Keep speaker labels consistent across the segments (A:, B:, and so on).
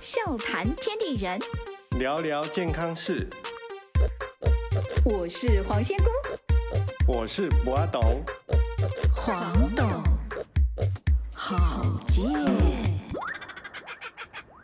A: 笑谈天地人，
B: 聊聊健康事，
A: 我是黄仙姑
B: 我是博阿董。
A: 黄董，好贱。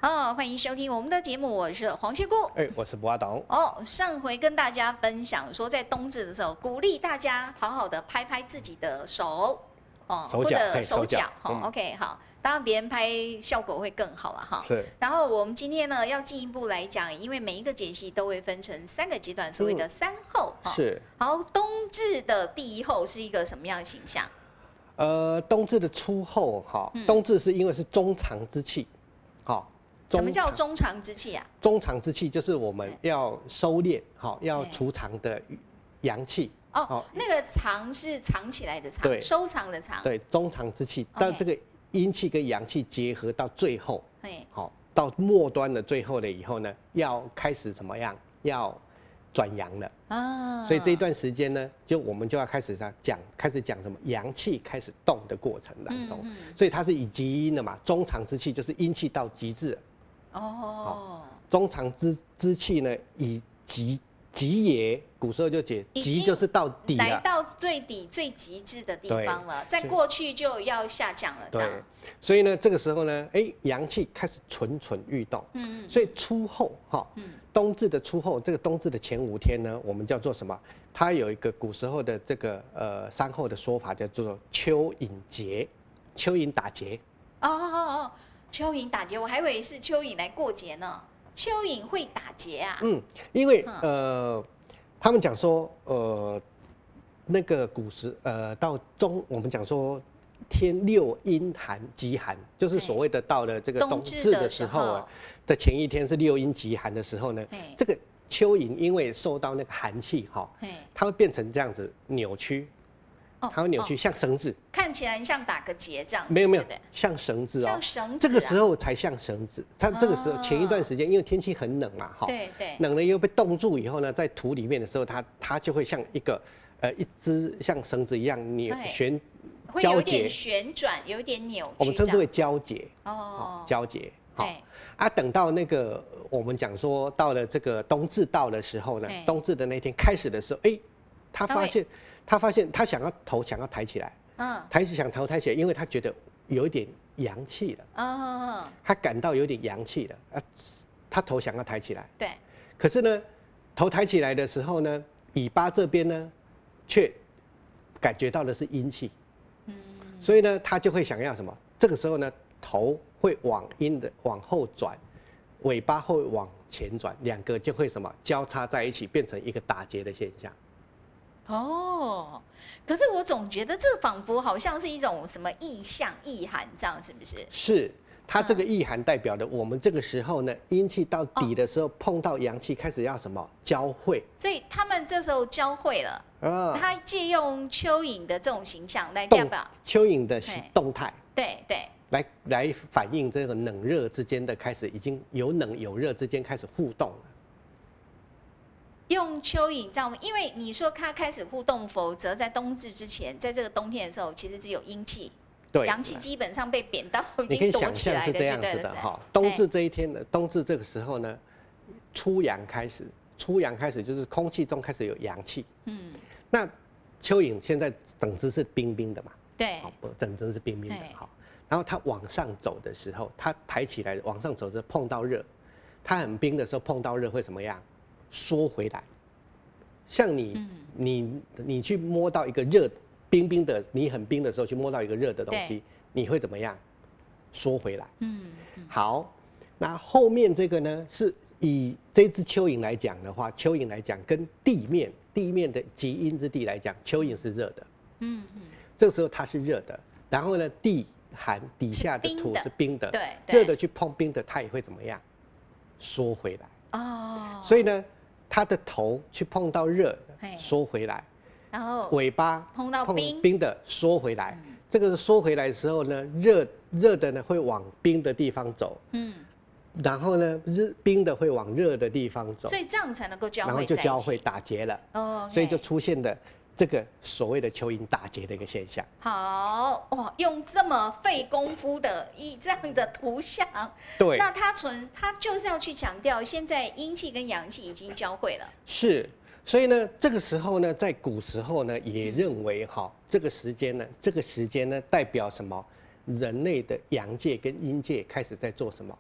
C: 哦，欢迎收听我们的节目，我是黄仙姑。
D: 哎，我是博阿董。
C: 哦，上回跟大家分享说，在冬至的时候，鼓励大家好好的拍拍自己的手，哦，
D: 手
C: 或
D: 脚
C: 者
D: 嘿
C: 手
D: 手脚
C: 脚，好、
D: 嗯
C: o k 好，当然别人拍效果会更好啊了哈。
D: 是，
C: 然后我们今天呢，要进一步来讲，因为每一个节气都会分成三个阶段，所谓的三候。哈
D: 嗯是，
C: 好，冬至的第一候是一个什么样的形象？
D: 呃，冬至的初后哈
C: 嗯，
D: 冬至是因为是中长之气，好，
C: 什么叫
D: 中
C: 中长之气啊？
D: 中长之气？就是我们要收敛，好，要
C: 对
D: 储藏的阳气，
C: 哎哦
D: 好，
C: 那个藏是藏起来的藏，
D: 对
C: 收藏的藏。
D: 对，中长之气。但
C: OK
D: 这个阴气跟阳气结合到最后，
C: 对，
D: 好，到末端的最后了以后呢，要开始怎么样？要转阳了。
C: 啊
D: 所以这一段时间呢，就我们就要开始讲，开始讲什么阳气开始动的过程当中。
C: 嗯嗯
D: 所以它是以极阴的嘛，中长之气就是阴气到极致，
C: 哦，
D: 中长之之气呢以极极也，古时候就解
C: 已
D: 极
C: 经
D: 就是到底啊
C: 来
D: 了。
C: 到最底最极致的地
D: 对
C: 方了，在
D: 是
C: 过去就要下降了，这
D: 对
C: 样。，
D: 所以呢，这个时候呢，哎，阳气开始蠢蠢欲动。
C: 嗯
D: 所以初后哈，
C: 嗯
D: 冬至的初后，这个冬至的前五天呢，我们叫做什么？它有一个古时候的这个呃三后的说法，叫做蚯蚓节，蚯蚓打结。
C: 哦哦哦哦，蚯蚓打结，我还以为是蚯蚓来过节呢。蚯蚓会打结啊？
D: 嗯，因为
C: 嗯
D: 呃，他们讲说呃，那个古时呃到中，我们讲说天六阴寒极寒，就是
C: 对
D: 所谓的到了这个
C: 冬
D: 冬
C: 至
D: 至
C: 的
D: 的
C: 时
D: 时候
C: 候
D: 啊的前一天是六阴极寒的时候呢
C: 嘿，
D: 这个蚯蚓因为受到那个寒气哈。
C: 嘿，
D: 它会变成这样子扭曲，
C: 哦
D: 它会扭曲，
C: 哦
D: 像绳子，
C: 看起来像打个结这样子，
D: 没有没有
C: 对不，
D: 像
C: 对
D: 绳子哦
C: 像。绳子、啊。
D: 这个时候才像绳子，它这个时候
C: 啊
D: 前一段时间，因为天气很冷嘛，哈，
C: 对对，
D: 冷了又被冻住以后呢，在土里面的时候，它它就会像一个呃一只像绳子一样扭
C: 对
D: 旋，
C: 会
D: 交
C: 有点
D: 结
C: 旋转，有点扭曲。
D: 我们称之
C: 这
D: 为
C: 样
D: 交结，
C: 哦
D: 好，交结，好
C: 对
D: 啊。等到那个我们讲说到了这个冬至到的时候呢
C: 对，
D: 冬至的那天开始的时候，哎，他
C: 它
D: 发
C: 会
D: 现他发现他想要头想要抬起来。
C: 嗯
D: 抬起想淘汰起来，因为他觉得有一点阳气了，
C: 嗯嗯嗯，
D: 他感到有点阳气了啊，他头想要抬起来，
C: 对，
D: 可是呢，头抬起来的时候呢，尾巴这边呢，却感觉到的是阴气，
C: 嗯
D: 所以呢，他就会想要什么？这个时候呢，头会往阴的往后转，尾巴会往前转，两个就会什么交叉在一起，变成一个打结的现象。
C: 哦。可是我总觉得这仿佛好像是一种什么意象、意涵这样，是不是？
D: 是，它这个
C: 嗯
D: 意涵代表的，我们这个时候呢，阴气到底
C: 哦
D: 的时候，碰到阳气，开始要什么交汇
C: 所以他们这时候交汇了，
D: 啊？
C: 他借用蚯蚓的这种形象来代
D: 动
C: 表，
D: 蚯蚓的
C: 对
D: 动态，
C: 对对，
D: 来来反映这个冷热之间的开始，已经有冷有热之间开始互动了。
C: 用蚯蚓这样，因为你说它开始互动，否则在冬至之前，在这个冬天的时候，其实只有阴气，
D: 对，
C: 阳气基本上被扁到已
D: 你可
C: 经
D: 以
C: 躲
D: 想
C: 起
D: 象
C: 来
D: 是
C: 的，
D: 这
C: 就
D: 样
C: 对
D: 子
C: 了，
D: 的
C: 是
D: 哈。冬至这一天呢，冬至这个时候呢，初阳开始，初阳开始就是空气中开始有阳气。
C: 嗯，
D: 那蚯蚓现在整只是冰冰的嘛，
C: 对，
D: 好，不整整是冰冰的
C: 嘿，
D: 好。然后它往上走的时候，它抬起来往上走的时候碰到热，它很冰的时候碰到热会怎么样？缩回来。像你，
C: 嗯
D: 你你去摸到一个热冰冰的，你很冰的时候去摸到一个热的东
C: 对
D: 西，你会怎么样？缩回来。
C: 嗯嗯
D: 好，那后面这个呢，是以这只蚯蚓来讲的话，蚯蚓来讲跟地面地面的极阴之地来讲，蚯蚓是热的。
C: 嗯嗯，
D: 这时候它是热的，然后呢，地寒底下的
C: 是冰
D: 土
C: 的
D: 是冰的，
C: 对，对
D: 热的去碰冰的，它也会怎么样？缩回来。
C: 哦，
D: 所
C: 以
D: 以呢，它的头去碰到热
C: 嘿，
D: 缩回来，
C: 然后
D: 尾巴
C: 碰到冰嗯
D: 冰的缩回来。这个是缩回来的时候呢，热热的呢会往冰的地方走，
C: 嗯，
D: 然后呢，热冰的会往热的地方走
C: 所，以这样才能够交
D: 然后
C: 汇
D: 就
C: 在一
D: 交汇
C: 起，
D: 打结了。
C: 哦，
D: 所以就出现的这个所谓的蚯蚓打结的一个现象。
C: 好哇，用这么费功夫的一这样的图像，
D: 对，
C: 那他纯他就是要去强调，现在阴气跟阳气已经交汇了。
D: 是，所以呢，这个时候呢，在古时候呢，也认为哈，这个时间呢，这个时间呢，代表什么？人类的阳界跟阴界开始在做什么？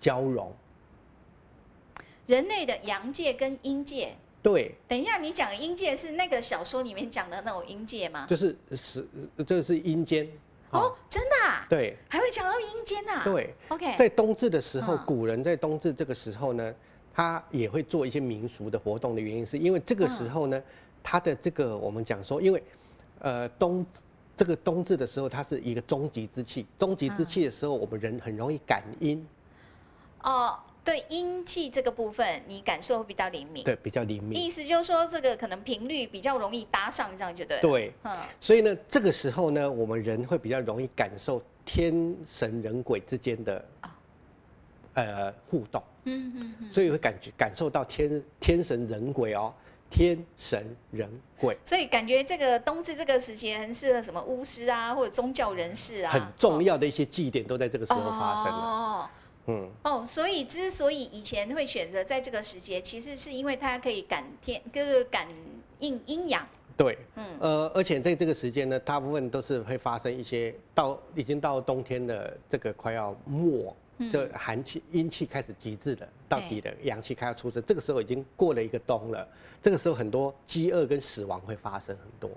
D: 交融。
C: 人类的阳界跟阴界，
D: 对，
C: 等一下你讲的阴界是那个小说里面讲的那种阴界吗？
D: 就是是，这是阴间。
C: 哦，，真的、啊，
D: 对
C: 还会讲到阴间呐、啊？
D: 对，
C: ，OK，
D: 在冬至的时候，
C: 嗯
D: 古人在冬至这个时候呢，他也会做一些民俗的活动的原因，是因为这个时候
C: 嗯
D: 呢，他的这个我们讲说，因为呃冬这个冬至的时候，它是一个终极之气，终极之气的时候，我们人很容易感应，
C: 哦，对阴气这个部分，你感受会比较灵敏。
D: 对，比较灵敏，
C: 意思就是说，这个可能频率比较容易搭上，这样就对了。，
D: 对。
C: 嗯，
D: 所以呢，这个时候呢，我们人会比较容易感受天神人鬼之间的
C: 啊
D: 呃互动。
C: 嗯嗯嗯。
D: 所以会感觉感受到天天神人鬼哦，天神人鬼
C: 所以感觉这个冬至这个时节很适合什么巫师啊，或者宗教人士啊，
D: 很重要的一些祭典都在这个时
C: 哦
D: 候发生了。
C: 哦
D: 嗯，
C: 哦，所以之所以以前会选择在这个时节，其实是因为它可以感天，就是感应阴阳。
D: 对，
C: 嗯，
D: 呃，而且在这个时间呢，大部分都是会发生一些到已经到冬天的这个快要末
C: 嗯，
D: 这寒气阴气开始极致了，到底的阳气开始出生，这个时候已经过了一个冬了，这个时候很多饥饿跟死亡会发生很多，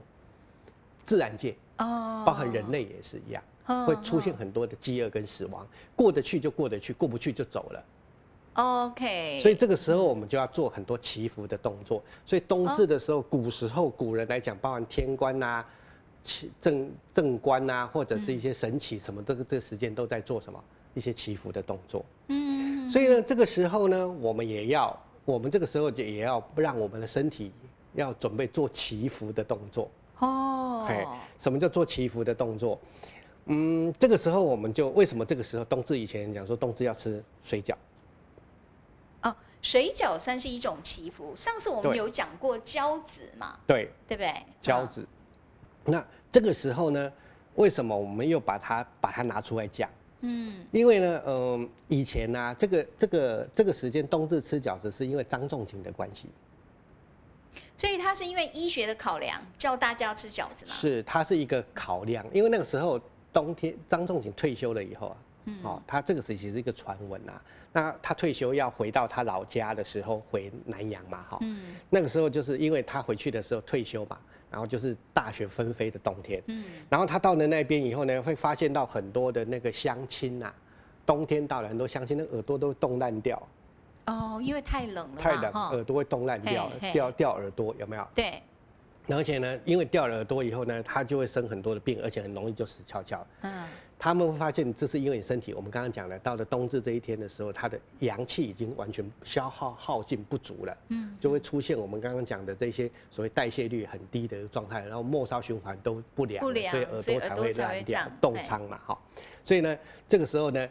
D: 自然界
C: 哦，嗯
D: 包含人类也是一样。会出现很多的饥饿跟死亡，过得去就过得去，过不去就走了。
C: 哦。OK，
D: 所以这个时候我们就要做很多祈福的动作。所以冬至的时候，古时候古人来讲，包含天官呐、啊、祈正正官呐、啊，或者是一些神祇什么，这个这个时间都在做什么一些祈福的动作。
C: 嗯，
D: 所以呢，这个时候呢，我们也要，我们这个时候就也要让我们的身体要准备做祈福的动作。哎
C: 哦，，
D: 什么叫做祈福的动作？嗯，这个时候我们就为什么这个时候冬至以前讲说冬至要吃水饺？
C: 哦，水饺算是一种祈福。上次我们
D: 对
C: 有讲过交子嘛，
D: 对，
C: 对不对？
D: 饺
C: 啊
D: 子。那这个时候呢，为什么我们又把它把它拿出来讲？
C: 嗯，
D: 因为呢，嗯、以前呢、这个这个这个时间冬至吃饺子，是因为张仲景的关系，
C: 所以它是因为医学的考量，叫大家吃饺子嘛。
D: 是它是一个考量，因为那个时候冬天张仲景退休了以后啊，哦，他这个时期是一个传闻啊，那他退休要回到他老家的时候，回南阳嘛，哈、
C: 嗯
D: 那个时候就是因为他回去的时候退休嘛，然后就是大雪纷飞的冬天，
C: 嗯，
D: 然后他到了那边以后呢，会发现到很多的那个乡亲呐，冬天到了，很多乡亲的耳朵都冻烂掉，
C: 哦，因为太冷了嘛，
D: 太冷，呃
C: 哈
D: 耳朵会冻烂掉
C: 嘿嘿，
D: 掉掉耳朵有没有？
C: 对，
D: 而且呢，因为掉了耳朵以后呢，他就会生很多的病，而且很容易就死翘翘。
C: 嗯，
D: 他们会发现，这是因为你身体，我们刚刚讲了，到了冬至这一天的时候，它的阳气已经完全消耗耗尽不足了，
C: 嗯，
D: 就会出现我们刚刚讲的这些所谓代谢率很低的状态，然后末梢循环都不良了，
C: 不良所
D: 所
C: 以
D: 以
C: 耳
D: 耳
C: 朵
D: 朵
C: 才
D: 才
C: 会
D: 会烂掉
C: 胀，
D: 冻
C: 对
D: 疮嘛，哈。所以呢，这个时候呢，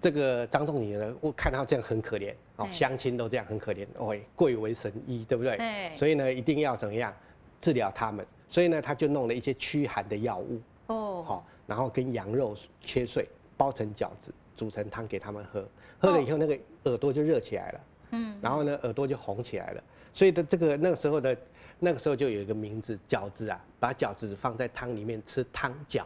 D: 这个张仲景呢，我看到这样很可怜，哦，
C: 对
D: 乡亲都这样很可怜，哦，贵为神医，对不对？
C: 对
D: 所以呢，一定要怎么样治疗他们？所以呢，他就弄了一些驱寒的药物。好、
C: 哦，
D: 然后跟羊肉切碎，包成饺子，煮成汤给他们
C: 哦
D: 喝。喝了以后，那个耳朵就热起来了，
C: 嗯，
D: 然后呢，耳朵就红起来了。所以的这个那个时候的那个时候就有一个名字饺子啊，把饺子放在汤里面吃汤饺。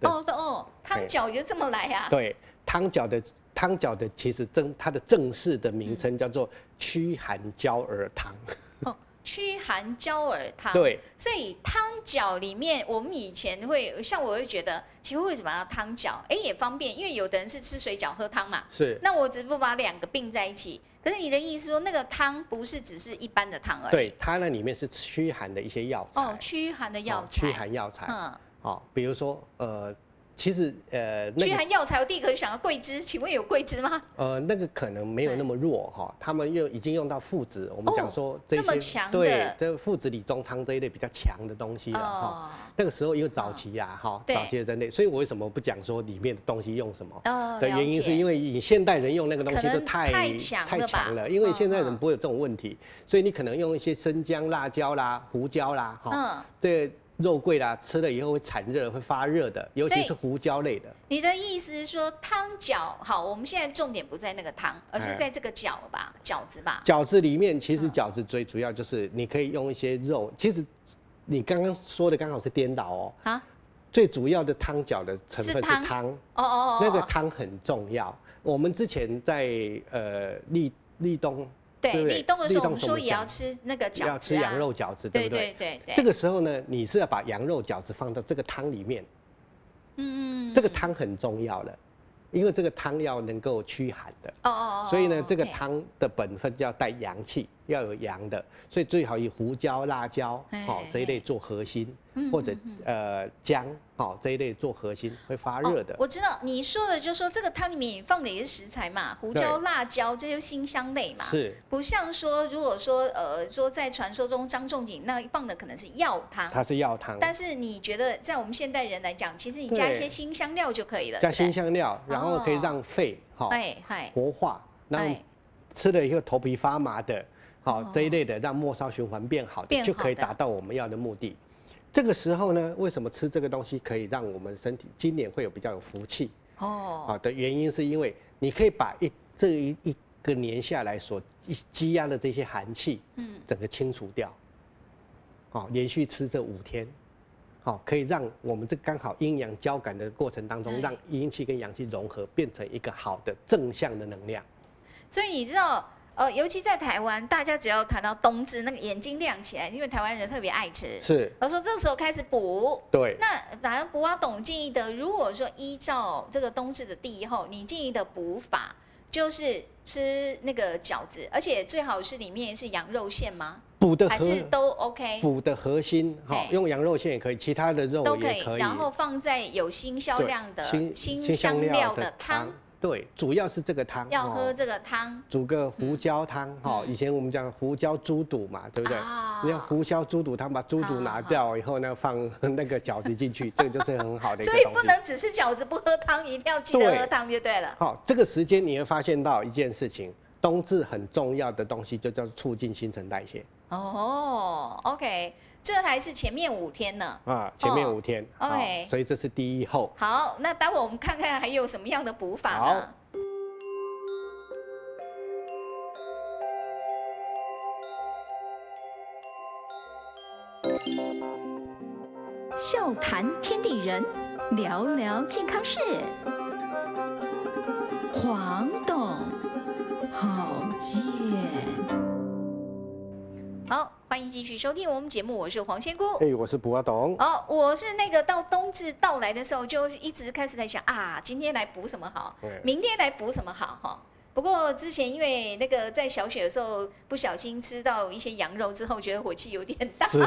D: 的
C: 哦哦，汤
D: 对
C: 饺就这么来呀、啊，
D: 对，汤饺的汤饺的其实正它的正式的名
C: 嗯
D: 称叫做驱寒焦耳汤。
C: 哦，驱寒焦耳汤，，
D: 对，
C: 所以汤饺里面，我们以前会像我会觉得，其实为什么要汤饺？哎，也方便，因为有的人是吃水饺喝汤嘛，
D: 是，
C: 那我只不过把两个并在一起。可是你的意思说，那个汤不是只是一般的汤而已，
D: 对，，它那里面是驱寒的一些药材。
C: 哦，驱寒的
D: 哦
C: 药材，
D: 驱寒药材。
C: 嗯，
D: 哦，比如说呃，其实呃，那
C: 驱
D: 个
C: 寒药材，我第一个想要桂枝，请问有桂枝吗？
D: 呃那个可能没有那么弱哈、他们又已经用到附子，我们
C: 哦
D: 讲说这
C: 这么
D: 些
C: 强的哦
D: 对，这附子理中汤这一类比较强的东西了啊哈、那个时候因为早期呀、哈、
C: 对
D: 早期的人类，所以我为什么不讲说里面的东西用什么？
C: 哦，
D: 的原因是因
C: 为
D: 为以现代人用那个东西
C: 可
D: 都
C: 能
D: 太
C: 太强了吧
D: 了，因为
C: 嗯
D: 现在
C: 嗯
D: 人不会有这种问题，所以你可能用一些生姜、辣椒啦、胡椒啦，哈，
C: 嗯，
D: 这肉桂啦，吃了以后会产热、会发热的，尤
C: 所
D: 其
C: 以
D: 是胡椒类的。
C: 你的意思是说汤饺好，我们现在重点不在那个汤，而是
D: 哎
C: 在这个饺吧，饺子吧。
D: 饺子里面其实
C: 嗯
D: 饺子最主要就是你可以用一些肉，其实你刚刚说的刚好是颠倒哦，
C: 啊，
D: 最主要的汤饺的成分
C: 是
D: 是
C: 汤
D: 汤。
C: 哦哦哦，
D: 那个
C: 哦
D: 汤很重要。我们之前在呃立立冬
C: 对
D: 对不对
C: 立冬的时候，
D: 立
C: 我
D: 冬
C: 们
D: 怎
C: 说
D: 么
C: 也要
D: 讲
C: 吃那个饺子、啊，
D: 要吃羊，肉饺子，
C: 对
D: 对不对？
C: 对对对，
D: 这个时候呢，你是要把羊肉饺子放到这个汤里面，
C: 嗯嗯
D: 这个汤很重要了，因为这个汤要能够驱寒的，
C: 哦哦哦，
D: 所以呢
C: 哦，
D: 这个，
C: 嘿
D: 汤的本分就要带阳气，要有阳的，所以最好以胡椒、辣椒
C: 嘿
D: 好
C: 嘿
D: 这一类
C: 嘿
D: 做核心，
C: 哎嗯
D: 或者
C: 嗯嗯
D: 呃姜好这一类做核心，会发热的
C: 哦。。我知道你说的，就是说这个汤里面放的也是食材嘛，胡椒、辣椒，这些辛香类嘛。
D: 是，
C: 不像说，如果说呃说在传说中张仲景那放的可能是药汤，
D: 它是药汤。
C: 但是你觉得在我们现代人来讲，其实你加一
D: 对
C: 些新香料就可以了，
D: 加
C: 是不是
D: 新，香料，然后可以
C: 哦
D: 让肺哈、
C: 哎嗨，
D: 活化，让
C: 哎
D: 吃了以后头皮发麻的，好、
C: 哦
D: 这一类的，让末梢循环变好的，
C: 变好的
D: 就可以达到我们要的目的。这个时候呢，为什么吃这个东西可以让我们身体今年会有比较有福气？
C: 哦，
D: 好、的原因是因为你可以把一这一一个年下来所积积压的这些寒气，
C: 嗯，
D: 整个清除掉。好、连续吃这五天，好、可以让我们这刚好阴阳交感的过程当中，
C: 对
D: 让阴气跟阳气融合，变成一个好的正向的能量。
C: 所以你知道，呃，尤其在台湾，大家只要谈到冬至，那个眼睛亮起来，因为台湾人特别爱吃，
D: 是，
C: 我说这时候开始补。
D: 对，
C: 那反正补啊，懂建议的，如果说依照这个冬至的地后，你建议的补法就是吃那个饺子，而且最好是里面是羊肉馅吗？
D: 补的
C: 还是
D: 核
C: 都 OK？
D: 补的核心，好、
C: 哎
D: 用羊肉馅也可以，其他的肉
C: 都
D: 也可以，
C: 然后放在有新销
D: 对
C: 量的
D: 新
C: 新
D: 新
C: 香
D: 香
C: 料
D: 料
C: 的
D: 的
C: 汤
D: 汤，，对，主要是这个汤，
C: 要喝
D: 哦
C: 这个汤，
D: 煮个胡椒汤，哈、
C: 嗯
D: 以前我们讲胡椒猪肚嘛，对不对？
C: 啊
D: 你要胡椒猪肚汤，把猪
C: 好
D: 肚拿
C: 好
D: 掉以后呢，放那个饺子进去， 这个就是很好的一
C: 所
D: 个东西。
C: 以不能只吃饺子不喝汤，一定要记得
D: 对
C: 喝汤就对了。
D: 好、这个时间你会发现到一件事情，冬至很重要的东西就叫促进新陈代谢
C: 哦，OK，这还是前面五天呢。
D: 啊，前面
C: 哦
D: 五天，
C: OK
D: 所以这是第一后。
C: 好，那待会我们看看还有什么样的补法
D: 好
C: 呢？
A: 笑谈天地人，聊聊健康事。黄董，好见。
C: 好，欢迎继续收听我们节目，我是黄仙姑。
D: 哎、我是卜阿董。
C: 哦，我是那个到冬至到来的时候，就一直开始在想啊，今天来补什么好，
D: 对
C: 明天来补什么好哈。不过之前因为那个在小雪的时候不小心吃到一些羊肉之后，觉得火气有点大，
D: 是，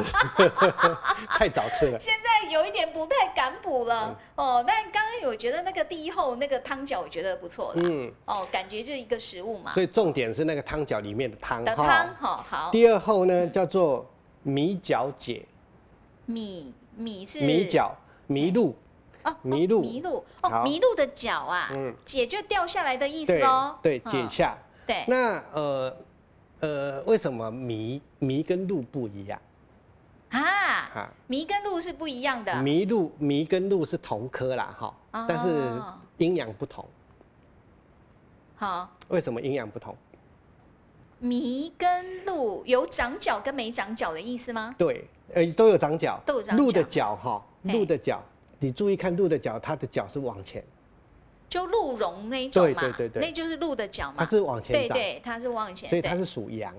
D: 太早吃了。
C: 现在有一点不太敢补了、
D: 嗯
C: 哦。但刚刚我觉得那个第一后那个汤饺，我觉得不错了、
D: 嗯，
C: 哦，感觉就是一个食物嘛
D: 所以重点是那个汤饺里面的汤
C: 的汤哈、好，
D: 第二后呢，叫做米饺解，
C: 米米是
D: 米饺麋鹿，
C: 哦哦
D: 麋鹿
C: 麋鹿哦
D: 好
C: 麋鹿的脚啊，
D: 嗯
C: 解就掉下来的意思
D: 对
C: 喽，
D: 对，
C: 嗯
D: 解下。
C: 对，
D: 那呃呃，为什么麋麋跟鹿不一样
C: 啊，
D: 啊？
C: 迷跟路是不一样的。
D: 麋鹿麋跟鹿是同科啦，
C: 哦
D: 哈，但是阴阳不同。
C: 好，
D: 为什么阴阳不同？
C: 迷跟路有长脚跟没长脚的意思吗？
D: 对，呃，都有长角
C: 都有，长
D: 鹿的
C: 角哎
D: 角哈，
C: 嘿
D: 鹿的角，你注意看鹿的角，它的角是往前，
C: 就鹿茸那一种嘛，
D: 对对对对
C: 那就是鹿的脚
D: 它
C: 嘛。
D: 是往
C: 哦
D: 前
C: 对
D: 长，
C: 对，它是往前，
D: 所以它
C: 对
D: 是属羊。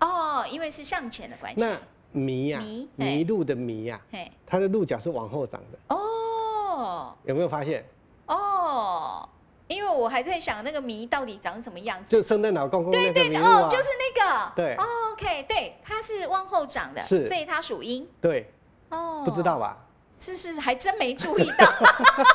C: 哦，因为是向前哎的关系。
D: 那麋呀
C: 麋，嘿
D: 麋鹿的麋呀，
C: 嘿，
D: 它的鹿角是往后长的，
C: 哦
D: 有没有发现？
C: 哦，因为我还在想那个迷到底长什么样子。
D: 就圣诞老公公那个
C: 对
D: 麋
C: 对
D: 鹿
C: 哦
D: 啊，，
C: 就是那个。
D: 对
C: 哦，OK，对，它是往后长的，
D: 是
C: 所以它属阴。
D: 对，
C: 哦，
D: 不知道吧？
C: 是是，还真没注意到。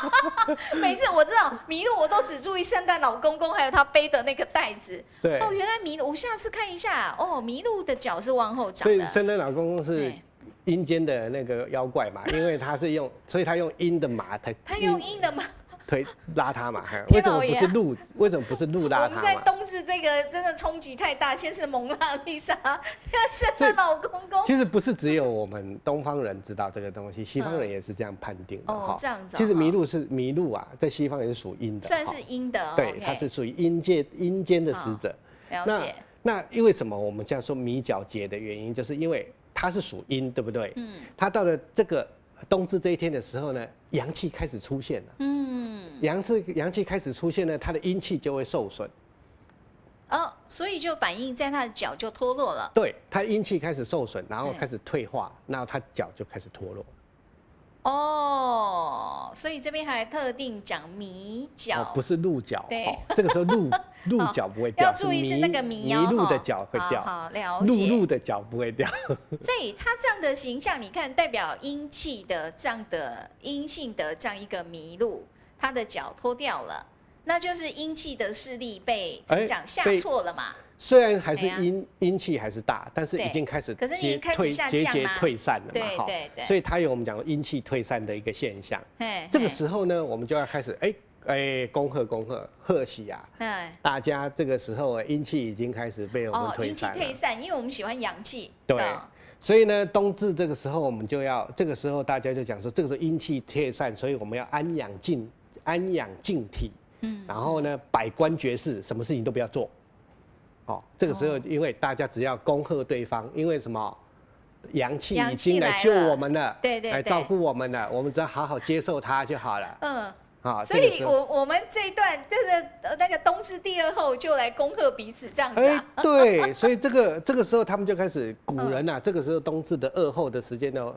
C: 每次我知道迷路，我都只注意圣诞老公公还有他背的那个袋子。
D: 对，
C: 哦，原来迷路，我下次看一下。哦，迷路的脚是往后长
D: 所以
C: 的。
D: 圣诞老公公是
C: 对
D: 阴间的那个妖怪嘛，因为 他是用，所以他用阴的马腿，
C: 他用硬的吗？
D: 腿拉 他嘛，嘿为
C: 天
D: 什么
C: 老
D: 不
C: 爷啊
D: 是鹿？为什么不是鹿拉
C: 我
D: 他
C: 们在
D: 嘛？
C: 冬至这个真的冲击太大，先是蒙娜丽莎，要 圣诞老公公。
D: 其实不是只有我们东方人知道这个东西，西方人也是这样判定的
C: 哦
D: 哈，。
C: 这样子哦。
D: 其实麋鹿是麋鹿啊，在西方也是属阴的，
C: 算
D: 哈
C: 是阴的哦。
D: 对，
C: OK，
D: 它是属于阴界阴间的使者。
C: 了
D: 那
C: 解。
D: 那因为什么我们这样说米角节的原因，就是因为它是属阴，对不对？
C: 嗯
D: 它到了这个冬至这一天的时候呢，阳气开始出现了，
C: 嗯。
D: 阳气阳气开始出现呢，它的阴气就会受损，
C: 哦，所以就反映在他的脚就脱落了。
D: 对，它阴气开始受损，然后
C: 对
D: 开始退化，然后它脚就开始脱落。
C: 哦，所以这边还特定讲迷脚、
D: 哦不是鹿角，
C: 对
D: 哦，这个时 候鹿鹿角不会掉，
C: 要注意是那个迷
D: 迷
C: 哦，
D: 路的
C: 哈
D: 脚会
C: 好
D: 掉，
C: 好了
D: 鹿
C: 解。
D: 鹿的脚不会掉。
C: 所以它这样的形象，你看代表阴气的这样的阴性的这样一个麋鹿，它的脚脱掉了，那就是阴气的势力被怎么
D: 哎
C: 讲下
D: 被
C: 错了嘛？
D: 虽然还是
C: 哎呀
D: 阴阴气还是大，但是
C: 对
D: 已经开始
C: 可是你
D: 节
C: 开始
D: 退
C: 下
D: 节
C: 降
D: 节
C: 啦
D: 退散了
C: 对
D: 嘛，
C: 对对
D: 所以它有我们讲的阴气退散的一个现象。
C: 哎，
D: 这个
C: 嘿，
D: 时候呢，我们就要开始哎哎恭贺恭贺贺喜啊！
C: 哎，
D: 大家这个时候阴气已经开始被我们
C: 哦，
D: 退
C: 阴气
D: 散了，
C: 退散，因为我们喜欢阳气，
D: 对
C: 知道
D: 所以呢，冬至这个时候我们就要，这个时候大家就讲说，这个时候阴气退散，所以我们要安养静安养静体，
C: 嗯，
D: 然后呢，百官绝嗣，什么事情都不要做。哦，这个时候
C: 哦
D: 因为大家只要恭贺对方，因为什么？阳气
C: 阳
D: 已
C: 气
D: 经来
C: 来
D: 救
C: 了
D: 我们了，
C: 对对
D: 来
C: 对
D: 照顾我们了，我们只要好好接受它就好了。
C: 嗯。
D: 啊，
C: 所
D: 这个
C: 以
D: 时
C: 我，
D: 候，
C: 我们这一段这个呃那个冬至第二后就来恭贺彼此这样子
D: 哎、
C: 啊，
D: 对，所以 这个这个时候他们就开始，古人
C: 嗯
D: 呐、啊，这个时候冬至的二后的时间呢，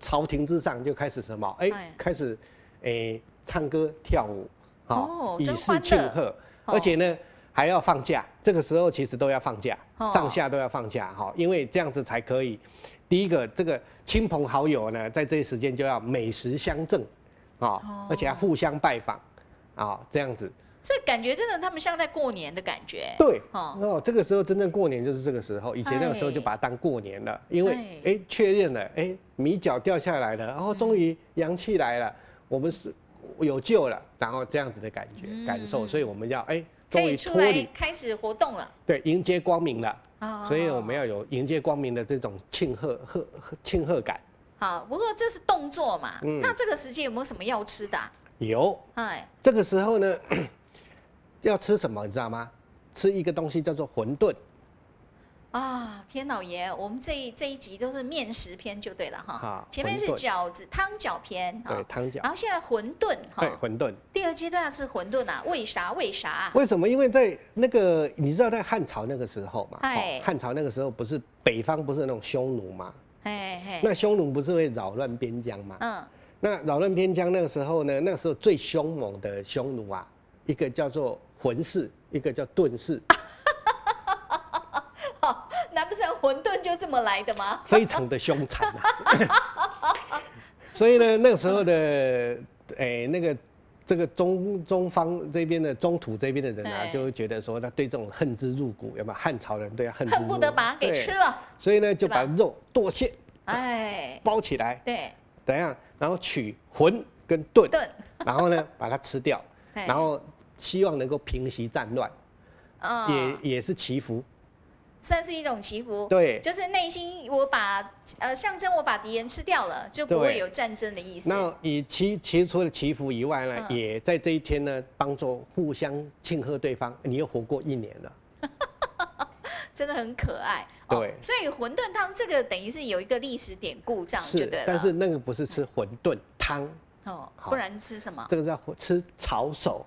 D: 朝廷之上就开始什么？哎、
C: 哎
D: 开始哎、唱歌跳舞，
C: 哦
D: 以
C: 真
D: 示
C: 欢
D: 庆
C: 乐
D: 贺，
C: 哦
D: 而且呢还要放假，这个时候其实都要放假，
C: 哦
D: 上下都要放假哈，因为这样子才可以。第一个，这个亲朋好友呢，在这一时间就要美食相赠，啊、
C: 哦
D: 而且要互相拜访，啊、这样子。
C: 所以感觉真的他们像在过年的感觉。
D: 对，
C: 哦
D: 哦，这个时候真正过年就是这个时候，以前那个时候就把它当过年了，因为
C: 哎嗯
D: 哎确认了，哎米角掉下来了，然后终于阳气来了，我们是有救了，然后这样子的感觉、
C: 嗯
D: 感受，所以我们要哎
C: 可
D: 终
C: 以
D: 于
C: 出
D: 脱
C: 来
D: 离，
C: 开始活动了。
D: 对，迎接光明了，
C: 哦
D: 所以我们要有迎接光明的这种庆贺贺贺庆贺感，
C: 好，不过这是动作嘛。
D: 嗯
C: 那这个时间有没有什么要吃的啊、
D: 有
C: 哎，
D: 这个时候呢， 要吃什么你知道吗？吃一个东西叫做馄饨。
C: 啊，天老爷，我们这一这一集都是面食篇就对了哈
D: 好。
C: 前面是
D: 馄饨
C: 饺子汤饺篇
D: 对
C: 哈，
D: 汤饺
C: 然，后现在馄饨
D: 对
C: 哈。
D: 馄饨，
C: 第二阶段要吃馄饨啊，为啥为啥啊？
D: 为什么？因为在那个你知道，在汉朝那个时候嘛，
C: 哎
D: 哦汉朝那个时候不是北方不是那种匈奴嘛？
C: 哎嘿，
D: 那匈奴不是会扰乱边疆嘛？
C: 嗯，
D: 那扰乱边疆那个时候呢，那个时候最凶猛的匈奴啊，一个叫做浑氏，一个叫顿氏，
C: 难不成馄饨就这么来的吗？
D: 非常的凶残啊。所以呢，那个时候的哎、那个。这个中中方这边的中土这边的人啊
C: 哎，
D: 就会觉得说，他对这种恨之入骨，有没有？汉朝人对他恨之入
C: 恨
D: 骨，
C: 不得把它给
D: 对
C: 吃了。
D: 所以呢，就把
C: 是吧
D: 肉剁馅
C: 哎，
D: 包起来，
C: 对，
D: 怎样？然后取魂跟盾，
C: 炖，
D: 然后呢把它吃掉，
C: 哎
D: 然后希望能够平息战乱，
C: 啊
D: 也也是祈福。
C: 算是一种祈福。
D: 对
C: 就是内心我把呃象征我把敌人吃掉了，就不
D: 对
C: 会有战争的意思。
D: 那以祈其实除了祈福以外呢，
C: 嗯
D: 也在这一天呢，帮助互相庆贺对方，你又活过一年了。
C: 真的很可爱。哦
D: 对
C: 所以馄饨汤这个等于是有一个历史典故，这样就是对了。，
D: 但是那个不是吃馄饨汤，
C: 哦，
D: 好
C: 不然吃什么？
D: 这个是要吃炒手。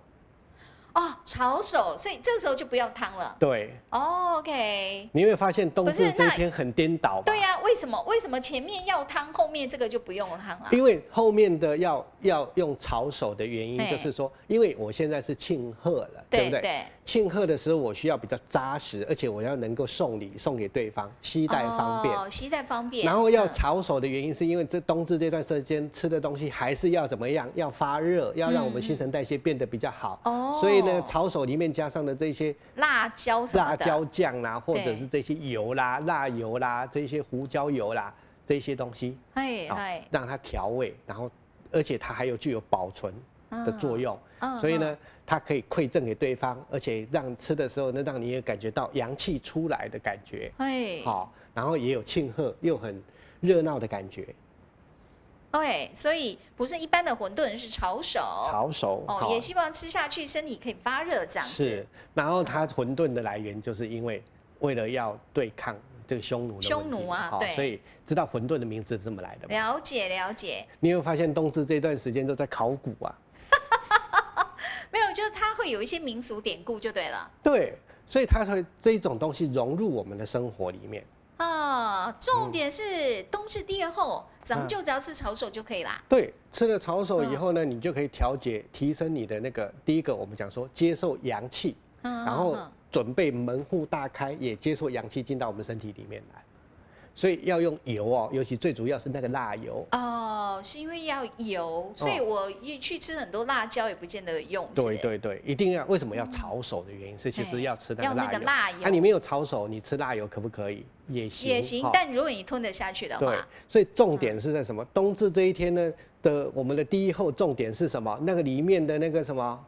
C: 哦，炒手，所以这个时候就不要汤了。
D: 对，
C: 哦，OK，
D: 你会发现冬
C: 嗯不是
D: 至这一
C: 那
D: 天很颠倒嘛。
C: 对呀、为什么为什么前面要汤，后面这个就不用汤了？
D: 因为后面的要要用炒手的原因，
C: 对
D: 就是说，因为我现在是庆贺了，对不
C: 对
D: 对？
C: 对，
D: 庆贺的时候，我需要比较扎实，而且我要能够送礼送给对方，携带方便。
C: 哦，携带方便。
D: 然后要
C: 嗯
D: 炒手的原因，是因为这冬至这段时间吃的东西还是要怎么样？要发热，要让我们新陈代谢变得比较好。
C: 哦
D: 所以呢，炒手里面加上的这些
C: 辣椒什么
D: 辣
C: 的，
D: 椒酱啦，或者
C: 对
D: 是这些油啦、辣油啦、这些胡椒油啦，这些东西，
C: 哎
D: 好
C: 哎
D: 让它调味，然后而且它还有具有保存的作用，
C: 嗯
D: 所以呢，它可以馈赠给对方，而且让吃的时候呢，让你也感觉到阳气出来的感觉，
C: 哎，
D: 好、然后也有庆贺又很热闹的感觉，
C: 对，所以不是一般的馄饨，是炒手。
D: 炒熟，
C: 哦，也希望吃下去身体可以发热这样子。
D: 是，然后它馄饨的来源就是因为为了要对抗这个匈奴的
C: 匈
D: 问题
C: 奴啊
D: 好
C: 对啊
D: 所以知道馄饨的名字是这么来的嘛？
C: 了解了解，
D: 你有没有发现冬至这段时间都在考古啊？
C: 没有，就是它会有一些民俗典故就对了。
D: 对，所以它会这一种东西融入我们的生活里面。
C: 啊，重点是冬至第二后，咱们
D: 嗯
C: 就只要吃炒手就可以啦。
D: 对，吃了炒手
C: 嗯
D: 以后呢，你就可以调节、提升你的那个第一个，我们讲说接受阳气，
C: 嗯，
D: 然后
C: 嗯
D: 准备门户大开，也接受阳气进到我们身体里面来。所以要用油哦，尤其最主要是那个辣油。
C: 嗯哦，是因为要油，所以
D: 哦
C: 我一去吃很多辣椒也不见得用。是不
D: 对
C: 是，
D: 对对，一定要为什么要炒手的原因是，其
C: 对
D: 实要吃那
C: 要
D: 个
C: 那
D: 辣
C: 个
D: 油。
C: 辣油
D: 啊，你没有炒手，你吃辣油可不可以？也行，
C: 也行
D: 哈。
C: 但哦啊如果你吞得下去的
D: 对
C: 话，，
D: 所以重点是在
C: 嗯
D: 什么？冬至这一天呢的我们的第一后重点是什么？那个里面的那个什么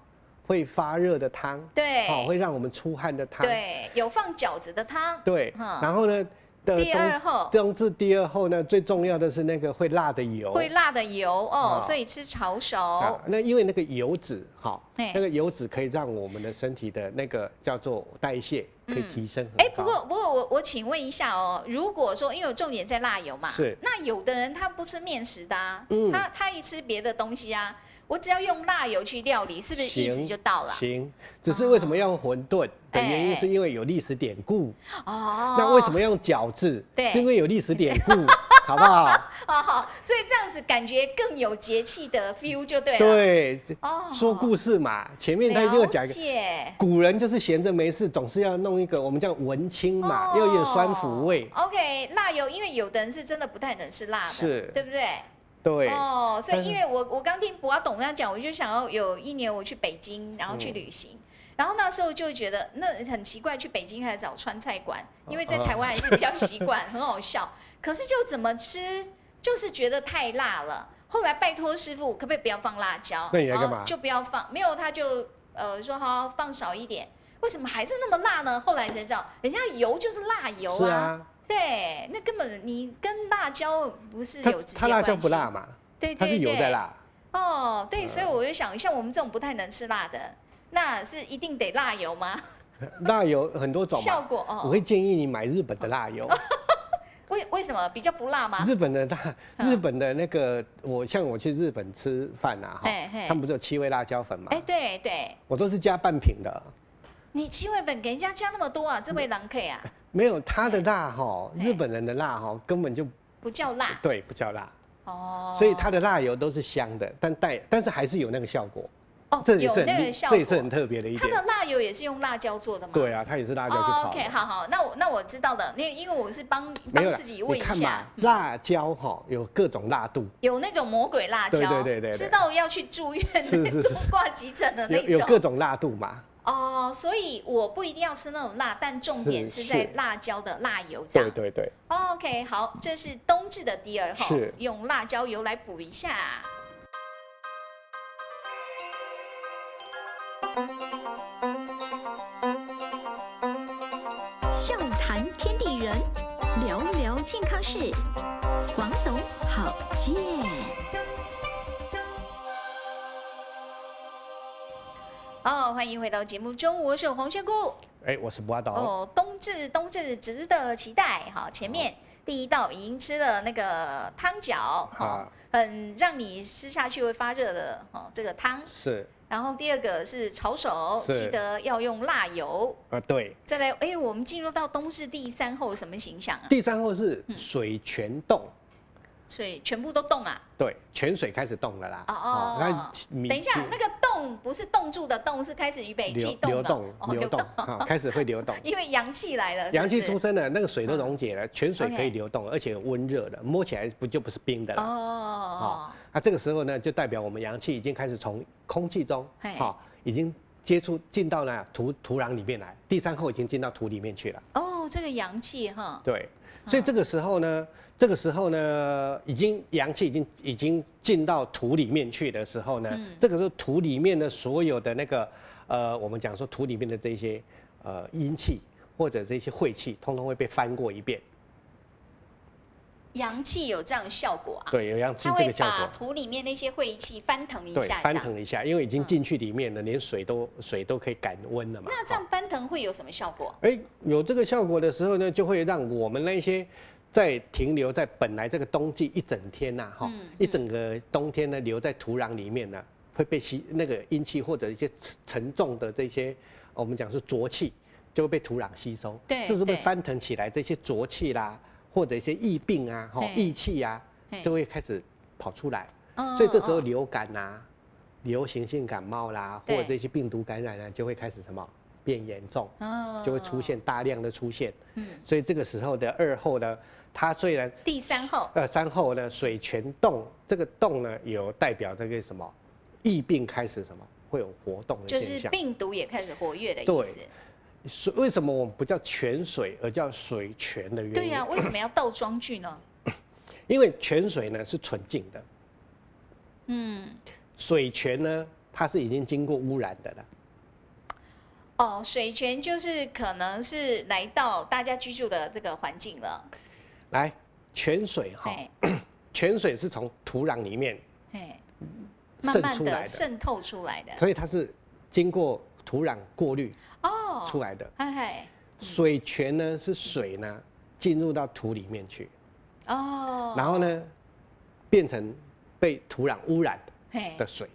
D: 会发热的汤，
C: 对
D: 好、会让我们出汗的汤，
C: 对，有放饺子的汤。
D: 对
C: 嗯
D: 然后呢的
C: 第二后
D: 冬至第二后呢，最重要的是那个会辣的油，
C: 会辣的油哦，
D: 啊
C: 所以吃炒手。
D: 啊，那因为那个油脂好，
C: 嘿
D: 那个油脂可以让我们的身体的那个叫做代谢可以
C: 嗯
D: 提升很
C: 哎、不
D: 高
C: 过不过我我请问一下哦，如果说因为我重点在辣油嘛，
D: 是
C: 那有的人他不吃面食的、啊，
D: 嗯
C: 他他一吃别的东西啊，我只要用辣油去料理，是不是意思
D: 行
C: 就到了？
D: 行，只是为什么要用馄饨的原
C: 哎
D: 因，是因为有历史典故。
C: 哦，
D: 那为什么？要用饺子？
C: 对
D: 是因为有历史典 故，好不好？
C: 哦，好，所以这样子感觉更有节气的 feel 就对了。，
D: 对，
C: 哦，
D: 说故事嘛，前面他
C: 了
D: 就有讲一个，
C: 解
D: 古人就是闲着没事，总是要弄一个我们叫文青嘛，要有点酸腐味。
C: 哦 OK，辣油，因为有的人是真的不太能吃辣的，
D: 是
C: 对不对？
D: 对，
C: 哦，所以
D: 但是
C: 因为我我刚听博阿董那样讲，我就想要有一年我去北京，然后去
D: 嗯
C: 旅行。然后那时候就觉得那很奇怪，去北京还找川菜馆，因为在
D: 啊
C: 台湾还是比较习惯，很好笑。可是就怎么吃，就是觉得太辣了。后来拜托师傅，可不可以不要放辣椒？
D: 那你来干嘛
C: 然后就不要放，没有他就呃说好放少一点。为什么还是那么辣呢？后来才知道，人家油就是辣油
D: 是啊，
C: 对，那根本你跟辣椒不是
D: 他
C: 有直接
D: 他辣椒
C: 关系
D: 不辣嘛，
C: 对对对，
D: 他是油在辣。嗯
C: 哦，对，所以我就想，像我们这种不太能吃辣的，那是一定得辣油吗？
D: 辣油很多种
C: 效
D: 嘛，
C: 果
D: 我
C: 哦，
D: 会建议你买日本的辣油，
C: 为为什么比较不辣吗？
D: 日本的辣，
C: 嗯
D: 日本的那个，我像我去日本吃饭啊，哈
C: 嘿嘿，
D: 他们不是有七味辣椒粉嘛
C: 哎，，对对，
D: 我都是加半瓶的。
C: 你七味粉给人家加那么多啊，
D: 嗯
C: 这位狼 K 啊，
D: 没有，它的辣哈，
C: 哎
D: 日本人的辣哈，根本就
C: 不叫辣
D: 对不叫辣，
C: 哦，
D: 所以它的辣油都是香的，但带但是还是有那个效果，
C: 哦
D: 这也
C: 有
D: 是很
C: 那
D: 厉
C: 个效
D: 这
C: 果
D: 也，是很特别的一
C: 它
D: 点
C: 的。辣油也是用辣椒做的吗？
D: 对啊，它也是辣椒就
C: 哦
D: 跑
C: ，OK，
D: 了。
C: 好好，那我那我知道的，那因为我是帮
D: 没
C: 帮
D: 有啦
C: 自己问
D: 你
C: 一
D: 看
C: 下嗯
D: 嘛，，辣椒哈有各种辣度，
C: 有那种魔鬼辣椒，
D: 对对对对对
C: 吃到要去住院
D: 是
C: 那
D: 是
C: 种挂急诊的那
D: 有
C: 种，
D: 有各种辣度嘛。
C: 哦，所以我不一定要吃那种辣，但重点是
D: 是
C: 在
D: 是
C: 辣椒的辣油这
D: 对
C: 样。
D: 对对，
C: 哦 OK，好，这是冬至的第二号
D: 是，
C: 用辣椒油来补一下。
A: 笑谈天地人，聊聊健康事。黄董好健，
C: 哦，欢迎回到节目中，我是黄仙姑。
D: 哎，我是不阿刀，
C: 哦，冬至，冬至值得期待。好，前面第一道已经吃了那个汤饺，哈、
D: 啊
C: 很让你吃下去会发热的哦，这个汤。
D: 是
C: 然后第二个是炒手，
D: 是
C: 记得要用辣油。
D: 啊，对。
C: 再来，哎，我们进入到冬至第三后什么形象啊？
D: 第三后是
C: 嗯
D: 水全冻，
C: 所以全部都冻啊！
D: 对，泉水开始冻了啦。
C: 哦哦
D: 那米
C: 等一下，那个冻不是冻住的冻，是开始以北
D: 流
C: 气冻
D: 流
C: 的
D: 动
C: 哦，。
D: 流动，啊，开始会流动
C: 因为阳气来了，是不
D: 阳气
C: 是嗯
D: 出生了，那个水都溶解了，泉水可
C: OK
D: 以流动，而且温热的，摸起来不就不是冰的了。
C: 哦
D: 好，那这个时候呢，就代表我们阳气已经开始从空气中，
C: 嘿
D: 好、已经接触进到呢土土壤里面来，第三后已经进到土里面去了。
C: 哦，这个阳气哈，
D: 对，所以这个时候呢，这个时候呢，已经阳气已经已经进到土里面去的时候呢，
C: 嗯
D: 这个时候土里面的所有的那个呃，我们讲说土里面的这些呃阴气或者这些晦气，通通会被翻过一遍。
C: 阳气有这样的效果啊，
D: 对，有阳气
C: 它
D: 这
C: 会
D: 个效
C: 把
D: 果。
C: 土里面那些晦气翻腾一
D: 对
C: 下，，
D: 翻
C: 这样。
D: 腾一下，因为已经
C: 嗯
D: 进去里面了，连水都水都可以感温了嘛。
C: 那这样翻腾会有什么效果？
D: 哎，有这个效果的时候呢，就会让我们那些在停留在本来这个冬季一整天呐、哈、
C: 嗯
D: 一整个冬天呢留在土壤里面呢、会被吸那个阴气或者一些沉重的这些，哦我们讲是浊气，就会被土壤吸收。
C: 嗯对
D: 这是被
C: 对
D: 翻腾起来这些浊气啦，或者一些疫病啊，哈、
C: 对
D: 疫气啊，
C: 嘿
D: 就会开始跑出来。
C: 嗯
D: 所以这时候
C: 嗯嗯
D: 流感呐、流行性感冒啦，或
C: 对
D: 者这些病毒感染啊，就会开始什么变严重。
C: 哦
D: 就会出。现大量的出现。
C: 嗯，
D: 所以这个时候的二后呢，它虽然
C: 第三后
D: 呃三后呢水全动，这个动呢有代表这个什么疫病开始什么会有活动的
C: 就
D: 现
C: 是
D: 象。
C: 病毒也开始活跃的意
D: 对
C: 思。
D: 所为什么我们不叫泉水，而叫水泉的原因？
C: 对啊呀，为什么要倒装句呢？
D: 因为泉水呢是纯净的，
C: 嗯，
D: 水泉呢它是已经经过污染的了。
C: 哦，水泉就是可能是来到大家居住的这个环境了。
D: 来，泉水哈，
C: 哎
D: 泉水是从土壤里面
C: 哎，慢
D: 渗
C: 慢
D: 出来
C: 的
D: 的，
C: 渗透出来的。
D: 所以它是经过土壤过滤
C: 哦，
D: 出来的。
C: 嗨嗨，
D: 水泉呢是水呢进入到土里面去，
C: 哦，
D: 然后呢变成被土壤污染
C: 嘿
D: 的水，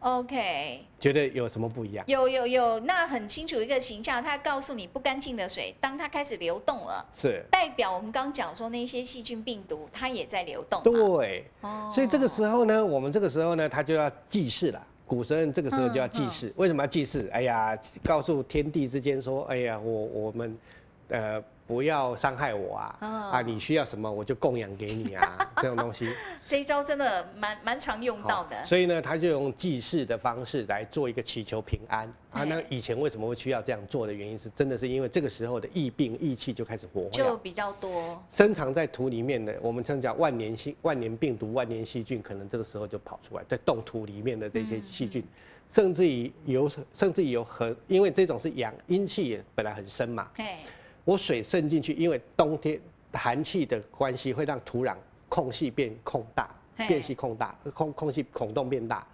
C: ，OK，
D: 觉得有什么不一样？
C: 有有有，那很清楚一个形象，它告诉你不干净的水，当它开始流动了，
D: 是，
C: 代表我们刚讲说那些细菌病毒，它也在流动嘛。
D: 对，
C: 哦
D: 所以这个时候呢，我们这个时候呢，他就要祭祀了。古时人这个时候就要祭祀，为什么要祭祀？哎呀，告诉天地之间说，哎呀，我我们，呃，不要伤害我啊，
C: 哦
D: 啊，你需要什么我就供养给你啊，这种东西。
C: 这一招真的蛮蛮常用到的
D: 好。所以呢，他就用祭祀的方式来做一个祈求平安啊。
C: 哎
D: 那以前为什么会需要这样做的原因是，真的是因为这个时候的疫病疫气就开始活
C: 就
D: 跃。
C: 比较多。
D: 深藏在土里面的，我们称讲万年细、万年病毒、万年细菌，可能这个时候就跑出来，在冻土里面的这些细
C: 嗯
D: 菌，甚至于有，甚至于有很，因为这种是阳阴气本来很深嘛，
C: 哎，
D: 我水渗进去，因为冬天寒气的关系，会让土壤空隙变空大，
C: 嘿
D: 变隙空大，呃空空隙孔洞变大。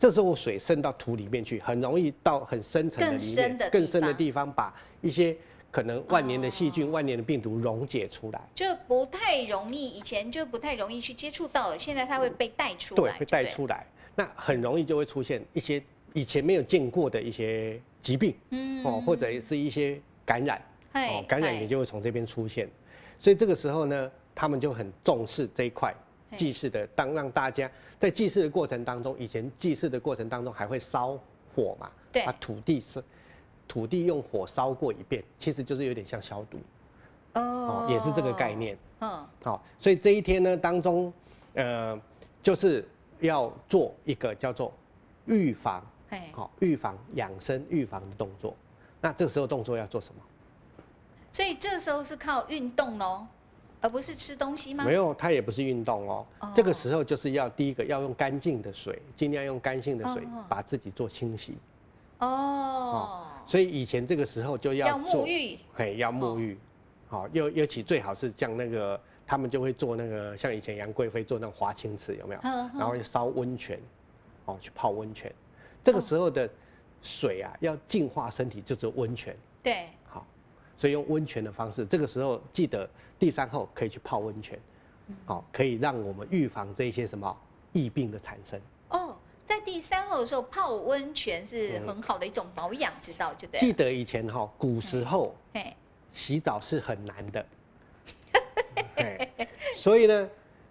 D: 这时候水渗到土里面去，很容易到很深层的
C: 更
D: 里
C: 深的
D: 面、更
C: 地
D: 深的
C: 方哦
D: 地方，把一些可能万年的细菌、万年的病毒溶解出来，
C: 就不太容易，以前就不太容易去接触到了，现在它会被带出
D: 对
C: 来，，
D: 会
C: 就
D: 带
C: 对。
D: 出来。那很容易就会出现一些以前没有见过的一些疾病
C: 嗯
D: 哦，或者是一些感染。
C: 哎
D: 哦，感染也就会从这边出现，所以这个时候呢，他们就很重视这一块
C: 嘿
D: 祭祀的，当让大家在祭祀的过程当中，以前祭祀的过程当中还会烧火嘛，
C: 对
D: 把土地是土地用火烧过一遍，其实就是有点像消毒哦
C: 哦，
D: 也是这个概。念。
C: 嗯，
D: 好、所以这一天呢当中，呃，就是要做一个叫做预防，
C: 哎，
D: 好、预防养生预防的动作。那这个时候动作要做什么？
C: 所以这时候是靠运动哦，而不是吃东西吗？
D: 没有，它也不是运动哦。
C: 哦
D: 这个时候就是要第一个要用干净的水，尽量用干净的水、
C: 哦
D: 把自己做清洗。
C: 哦，
D: 所以以前这个时候就
C: 要
D: 要做，
C: 沐浴，哦
D: 嘿，要沐浴。好、尤尤其最好是像那个他们就会做那个，像以前杨贵妃做那种华清池有没有？
C: 嗯嗯
D: 然后烧温泉，哦，去泡温泉。这个时候的水啊，要净化身体，就只有温泉。
C: 对，
D: 好，所以用温泉的方式，这个时候记得第三后可以去泡
C: 嗯
D: 温泉，好、可以让我们预防这一些什么疫病的产生。
C: 哦，在在第三楼的时候泡温泉是很好的一种保养之道，就对
D: 嗯
C: 啊
D: 记
C: 了。
D: 得以前哈、古时候
C: 嘿，
D: 洗澡是很难 的，嘿所以呢，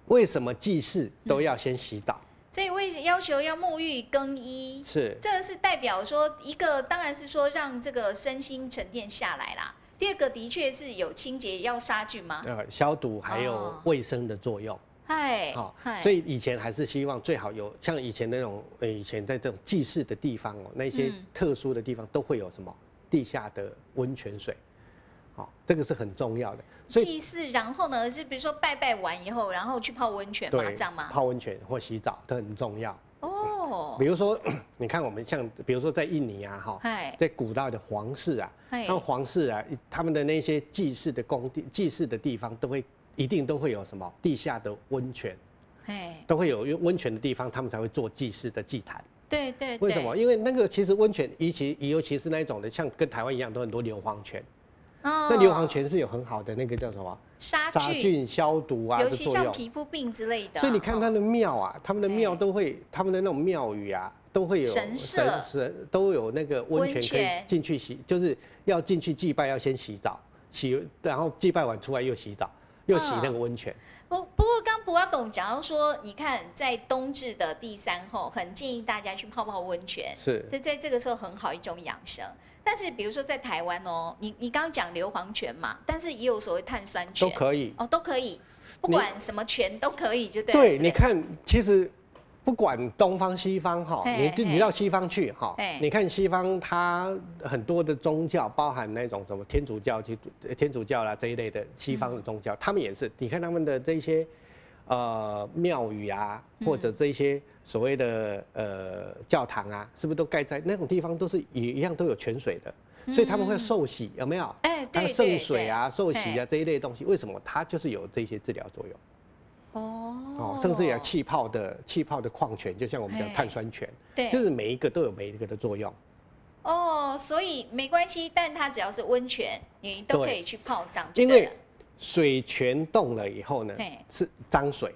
D: 为什么祭祀都要先洗澡？
C: 所以为要求要沐浴更衣，
D: 是
C: 这个是代表说一个，当然是说让这个身心沉淀下来啦。第二个的确是有清洁要杀菌吗？
D: 呃消毒还有
C: 哦
D: 卫生的作用。
C: 嗨
D: 好，，
C: 嗨
D: 所以以前还是希望最好有像以前那种，呃，以前在这种祭祀的地方哦，那些
C: 嗯
D: 特殊的地方都会有什么地下的温泉水，好、这个是很重要的。所以
C: 祭祀，然后呢是比如说拜拜完以后，然后去泡温泉嘛，
D: 对
C: 这样吗？
D: 泡温泉或洗澡都很重要。
C: 哦
D: 比，如说， 你看我们像，比如说在印尼啊，哈，
C: 嗨，
D: 在古代的皇室啊，
C: 嗨
D: 那，皇室啊，他们的那些祭祀的宫殿、祭祀的地方都会一定都会有什么地下的温泉，
C: 嗨，
D: 都会有温泉的地方，他们才会做祭祀的祭坛。
C: 对对对，
D: 为什么？？因为那个其实温泉，尤其尤其是那一种的，像跟台湾一样，都很多硫磺泉。
C: 哦
D: 那硫磺泉是有很好的那个叫什么
C: 杀
D: 杀菌消毒啊
C: 尤
D: 的
C: 其
D: 作
C: 像
D: 用。
C: 皮肤病之类的啊。
D: 所以你看
C: 哦
D: 他的庙啊，他们的庙
C: 哎
D: 都会，他们的那种庙宇啊，都会有
C: 神社
D: 神神都有那个温
C: 温
D: 泉可
C: 泉
D: 以进去洗，就是要进去祭拜要先洗澡，洗然后祭拜完出来又洗澡，又洗那个温泉。
C: 不不过，刚博阿董讲到说，你看在冬至的第三后，很建议大家去泡泡温泉，
D: 是
C: 这在这个时候很好一种养生。但是比如说在台湾哦，你你刚刚讲硫磺泉嘛，但是也有所谓碳酸泉
D: 都，可以。
C: 哦都可以，不
D: 你
C: 管什么泉都可以，就对了。
D: 对，
C: 是不
D: 你
C: 是，
D: 看，其实不管东方西方哈，
C: 嘿
D: 你就
C: 嘿
D: 你到西方去哈
C: 嘿，
D: 你看西方它很多的宗教，包含那种什么天主教、基督呃天主教啦这一类的西方的宗教，
C: 嗯
D: 他们也是，你看他们的这些呃庙宇啊，
C: 嗯
D: 或者这些所谓的呃教堂啊，是不是都盖在那种地方都是也一样都有泉水的，所以他们会受洗，有没有？
C: 哎，
D: 它
C: 嗯对
D: 圣
C: 对
D: 水
C: 对，
D: 啊、受洗啊这一类东西，为什么它就是有这些治疗作用？
C: 哦
D: 哦，，甚至有气泡的气泡的矿泉，就像我们讲
C: 嘿
D: 碳酸泉，
C: 对，
D: 就是每一个都有每一个的作用。
C: 哦，所以没关系，但它只要是温泉，你都可
D: 对
C: 以去泡这样就
D: 因
C: 对
D: 为
C: 了
D: 水泉动了以后呢
C: 嘿，
D: 是脏水，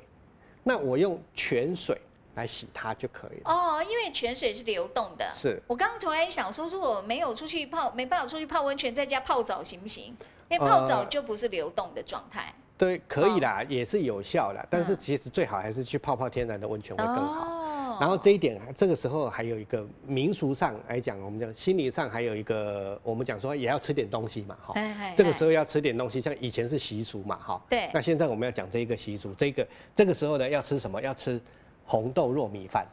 D: 那我用泉水来洗它就可以了。
C: 哦，因为泉水是流动的。
D: 是
C: 我刚刚突然想说，如果没有出去泡，没办法出去泡温泉，在家泡澡行不行？因为泡澡
D: 呃
C: 就不是流动的状态。
D: 对，可以啦，也是有效啦，但是
C: 哦嗯
D: 其实最好还是去泡泡天然的温泉会更好。
C: 哦
D: 然后这一点，这个时候还有一个民俗上来讲，我们讲心理上还有一个，我们讲说也要吃点东西嘛，哈。
C: 哎哎
D: 这个时
C: 候
D: 候要吃点东西，像以前是习俗嘛，哈。
C: 对
D: 那现在我们要讲这一个习俗，这个这个时候呢，要吃什么？要吃红豆糯米饭。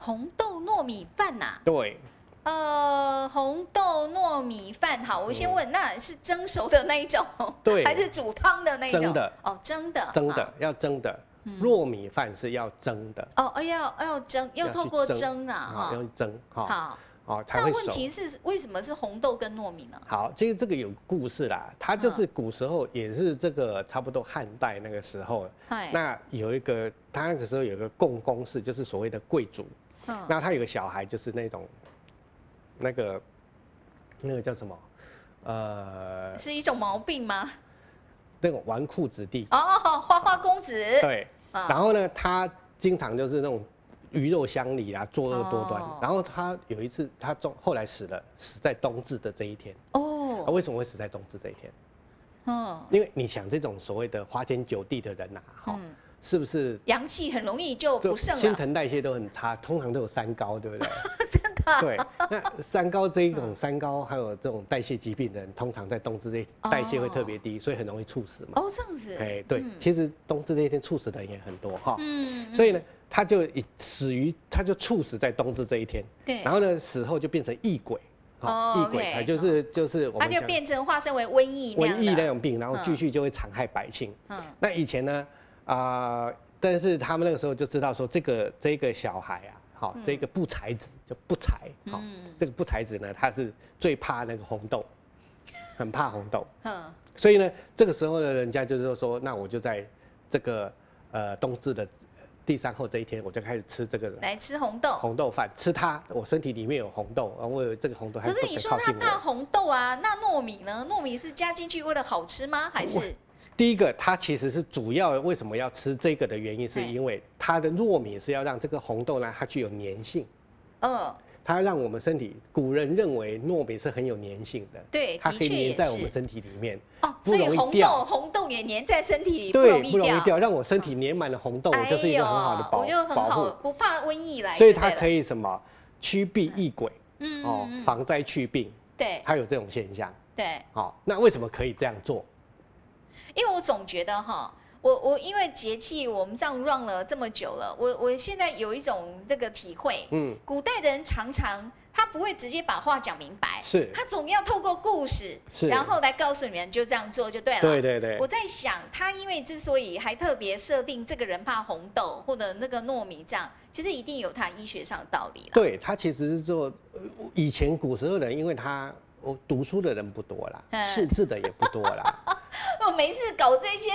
C: 红豆糯米饭呐、
D: 对，
C: 呃，红豆糯米饭，好，我先问，那是蒸熟的那一种，
D: 嗯对
C: 还是煮汤的那一种？
D: 蒸的，
C: 哦，蒸的，
D: 蒸
C: 好嗯
D: 的。要蒸的，糯米饭是要蒸的，
C: 哦，哎要要蒸，要
D: 要
C: 透
D: 去
C: 过
D: 蒸
C: 蒸
D: 啊，
C: 啊，
D: 要蒸，
C: 哈。
D: 哈，
C: 好，
D: 哦才
C: 那
D: 会
C: 问
D: 熟。
C: 题是为什么是红豆跟糯米呢？
D: 好，其实这个有故事啦，它
C: 啊
D: 就是古时候也是这个差不多汉代那个时候，
C: 哎，
D: 那有一个他那个时候有一个共工氏，就是所谓的贵族，
C: 嗯
D: 那他有个小孩，就是那种，那个，那个叫什么？呃，
C: 是一种毛病吗？
D: 那种纨绔子弟。
C: 哦，花花公子，
D: 对，
C: 啊
D: 然后呢，他经常就是那种鱼肉乡里啊，作恶多端。
C: 哦
D: 然后他有一次，他中后来死了，死在冬至的这一天。啊，
C: 哦，
D: 为什么会死在冬至这一天？
C: 嗯
D: 因为你想，这种所谓的花天酒地的人呐、啊，哈、
C: 嗯，
D: 是不是？
C: 阳气很容易就
D: 就
C: 不啊盛
D: 新
C: 了，
D: 陈代谢都很差，通常都有三高，对不 对？
C: 真的啊，
D: 对，那三高这一
C: 嗯
D: 种三高还有这种代谢疾病的人，通常在冬至这一
C: 哦
D: 代谢会特别低，所以很容易猝死嘛。
C: 哦，这样子，
D: 哎，对
C: 嗯，
D: 其实冬至这一天猝死的人也很多哈，
C: 嗯，
D: 所以呢，他就以死于他就猝死在冬至这一天，
C: 嗯对，
D: 然后呢，死后就变成异鬼，哈
C: 哦
D: 异鬼
C: OK，
D: 哎就是就是我
C: 它
D: 们
C: 就
D: 讲
C: 变成化身为瘟疫那
D: 瘟疫
C: 样
D: 那
C: 的，
D: 种病，然后
C: 嗯
D: 继续就会残害百姓。
C: 嗯，
D: 那以前呢，啊、但是他们那个时候就知道说，这个这个小孩啊，好、这个不才子就不才，好、
C: 嗯
D: 这个不才子呢，他是最怕那个红豆，很怕红豆，
C: 嗯，
D: 所以呢，这个时候呢，人家就是说，那我就在这个呃冬至的第三后这一天，我就开始吃这个
C: 来吃红豆。
D: 红豆饭，吃它，我身体里面有红豆，啊我有这个红豆，还
C: 可
D: 不
C: 是
D: 可
C: 你
D: 以
C: 说
D: 靠
C: 它
D: 近
C: 怕
D: 我。
C: 红豆啊，那糯米呢？糯米是加进去为了好吃吗？还是
D: 第一个，它其实是主要为什么要吃这个的原因，是
C: 嘿
D: 因为它的糯米是要让这个红豆呢它具有粘性，
C: 嗯，
D: 它让我们身体，古人认为糯米是很有粘性的，
C: 对，
D: 它
C: 的
D: 可
C: 确
D: 以
C: 也
D: 粘在我们
C: 是。
D: 身体里面，
C: 哦，
D: 不
C: 所以
D: 容易
C: 红豆
D: 掉
C: 红豆也粘在身体里，
D: 对，
C: 容
D: 不容易掉，让我身体粘满了红豆，我
C: 哎
D: 就是一个很好的
C: 呦
D: 保
C: 我就很
D: 保
C: 好，
D: 护，
C: 不怕瘟疫来就
D: 所
C: 对
D: 以
C: 了。
D: 它可以什么驱避疫鬼
C: 嗯，嗯
D: 哦，
C: 嗯
D: 防灾去病，
C: 对
D: 它有这种现象。
C: 对，
D: 好、那为什么可以这样做？
C: 因为我总觉得哈，我我因为节气我们这样 run 了这么久了，我我现在有一种这个体会，
D: 嗯，
C: 古代的人常常他不会直接把话讲明白，
D: 是
C: 他总要透过故事，
D: 是
C: 然后来告诉你们就这样做就对了。
D: 对对对
C: 我，在想，他因为之所以还特别设定这个人怕红豆或者那个糯米这样，其实一定有他医学上的道理了。
D: 对，它其实是做呃以前古时候人，因为他我读书的人不多啦，
C: 嗯
D: 识字的也不多 啦，
C: 我没事搞这些，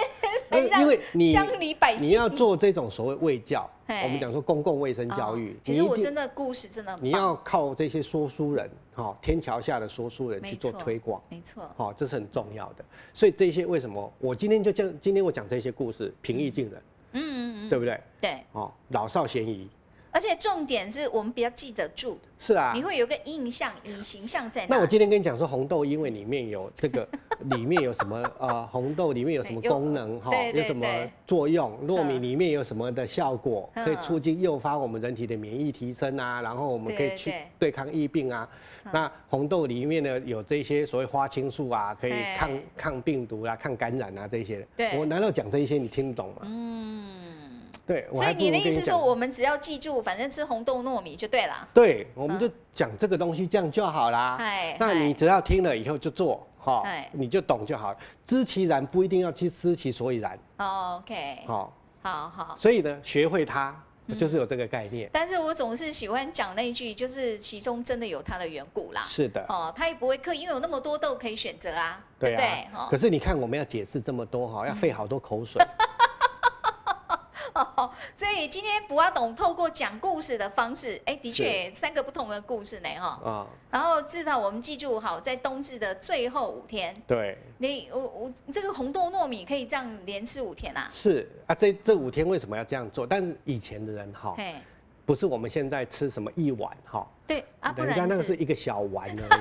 D: 呃
C: 让
D: 因为你
C: 乡里百姓
D: 你要做这种所谓卫教，
C: 嘿
D: 我们讲说公共卫生教育
C: 哦，其
D: 你
C: 实
D: 一
C: 我
D: 定
C: 真的故事真的很棒
D: 你要靠这些说书人，好、天桥下的说书人
C: 没
D: 去做
C: 错
D: 推广。
C: 没错，
D: 好、哦这是很重要的，所以这些为什么我今天就讲，今天我讲这些故事，平易近人，
C: 嗯嗯嗯，
D: 对不对？
C: 对，
D: 哦，老少咸宜，
C: 而且重点是我们比较记得住，
D: 是啊
C: 你。会有个啊印象、以形象在
D: 那
C: 哪
D: 我
C: 里？
D: 今天跟你讲说红豆，因为里面有这个，里面有什么呃，红豆里面有什么
C: 对有
D: 功能哈，
C: 对
D: 有
C: 对
D: 什么
C: 对
D: 作用？糯米
C: 嗯
D: 里面有什么的效果，可以
C: 嗯
D: 促进诱发我们人体的免疫提升啊，然后我们可
C: 对
D: 以
C: 对
D: 去
C: 对
D: 对抗疫病啊。
C: 嗯
D: 那红豆里面呢有这些所谓花青素啊，可以
C: 哎
D: 抗抗病毒啦、抗感染啊这些的。
C: 对
D: 我难道讲这些你听得懂吗？
C: 嗯，
D: 对，我
C: 所
D: 还
C: 以
D: 不
C: 你
D: 如
C: 的
D: 跟
C: 意思说，
D: 讲
C: 我们只要记住，反正吃红豆糯米就对了。
D: 对，我们
C: 嗯
D: 就讲这个东西这样就好啦。
C: 哎
D: 啊那你只要听了以后就做，哈、
C: 哎
D: 你就懂就好了。知其然不一定要去知其所以然，
C: 哦嗯 OK，
D: 哈、
C: 好好。
D: 所以呢，学会它就是有这个概念。
C: 但是我总是喜欢讲那一句，就是其中真的有它的缘故啦。
D: 是的，
C: 哦，他也不会刻意，因为有那么多豆可以选择啊，
D: 对
C: 不对？
D: 啊。可
C: 哦嗯
D: 是你看，我们要解释这么多哈，要费好多 口水。
C: 哦所以今天不要懂透过讲故事的方式，哎，的确三个不同的故事呢，哦哈、
D: 啊、
C: 然后至少我们记住好，在冬至的最后五天，
D: 对，
C: 你我我这个红豆糯米可以这样连吃五天啊？
D: 是啊，这这五天为什么要这样做？但是以前的人哈，
C: 哎，
D: 不是我们现在吃什么一碗哈，
C: 对啊，不
D: 人
C: 然
D: 家那个是一个小碗 而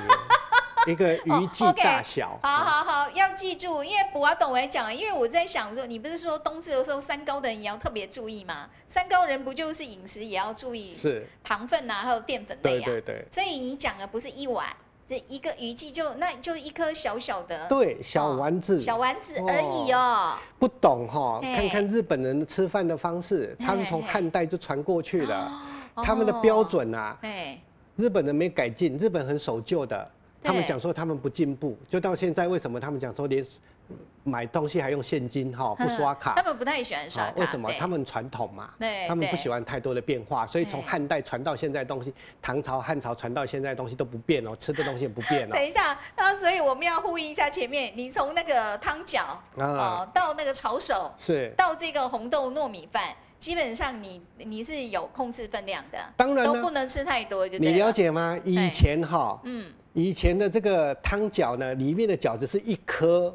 D: 已，一个鱼际
C: 哦，OK
D: 大小。啊
C: 好好好，要记住，因为卜阿董来讲，因为我在想说，你不是说冬至的时候三高的人也要特别注意吗？三高人不就是饮食也要注意
D: 是，
C: 糖分啊，还有淀粉类
D: 对
C: 啊？
D: 对对。
C: 所以你讲的不是一碗，这一个鱼季就那就一颗小小的
D: 对，小丸子，
C: 呃哦小丸子而已哦。
D: 不懂哈，
C: 嘿
D: 看看日本人吃饭的方式，他是从
C: 嘿嘿
D: 汉代就传过去的，
C: 哦
D: 他们的标，准啊，
C: 哎，
D: 日本人没改进，日本很守旧的，他们
C: 对
D: 讲说他们不进步，就到现在为什么他们讲说连买东西还用现金哈，哦不刷卡
C: 嗯他，们不太喜欢刷
D: 啊
C: 卡，
D: 为什么？
C: 对
D: 他们传统嘛。
C: 对
D: 他们不
C: 对
D: 喜欢太多的变化，所以从
C: 嘿
D: 汉代传到现在的东西，唐朝、汉朝传到现在的东西都不变哦，吃的东西也不变
C: 等一下，那所以我们要呼应一下前面，你从那个汤饺
D: 哦。啊，
C: 哦，到那个炒手，
D: 是。
C: 到这个红豆糯米饭，基本上你你是有控制分量的，
D: 当然
C: 都
D: 啦
C: 不能吃太多，就对
D: 你了
C: 了？
D: 解吗？
C: 哎
D: 以前哈，
C: 嗯，
D: 以前的这个汤饺呢，里面的饺子是一颗，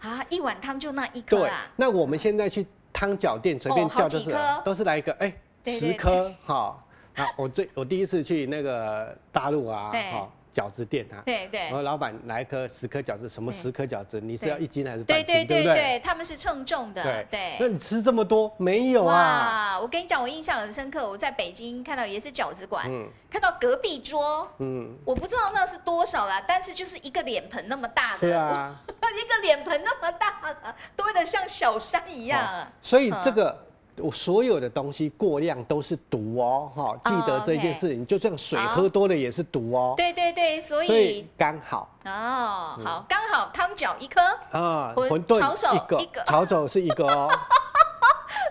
C: 啊，一碗汤就那一颗啊，
D: 那我们现在去汤饺店随便
C: 哦
D: 叫
C: 好
D: 都
C: 几
D: 是、
C: 颗
D: 都是来一个，哎、
C: 对对
D: 十颗哈。啊，我最我第一次去那个大陆啊，
C: 对
D: 哈饺子店啊，
C: 对对
D: 然后老板来一颗十颗饺子，什么
C: 对
D: 十颗饺子？你是
C: 对
D: 要一斤还是半
C: 对
D: 斤？
C: 对
D: 对
C: 对
D: 不对？
C: 对，他们是称重的，对。
D: 那你吃这么多没有啊？
C: 哇！我跟你讲，我印象很深刻。我在北京看到也是饺子馆，
D: 嗯
C: 看到隔壁桌，
D: 嗯，
C: 我不知道那是多少啦，但是就是一个脸盆那么大
D: 是
C: 的，
D: 啊。
C: 一个脸盆那么大的，堆得像小山一样啊。
D: 所以这个我所有的东西过量都是毒哦，哈，记得这件事情，就像水喝多了也是毒哦。
C: 对对对，所
D: 所
C: 以
D: 以嗯刚好
C: 哦，好，刚好汤饺一颗，
D: 啊，
C: 馄
D: 馄
C: 炒手
D: 饨
C: 一个
D: 炒手是一个 哦，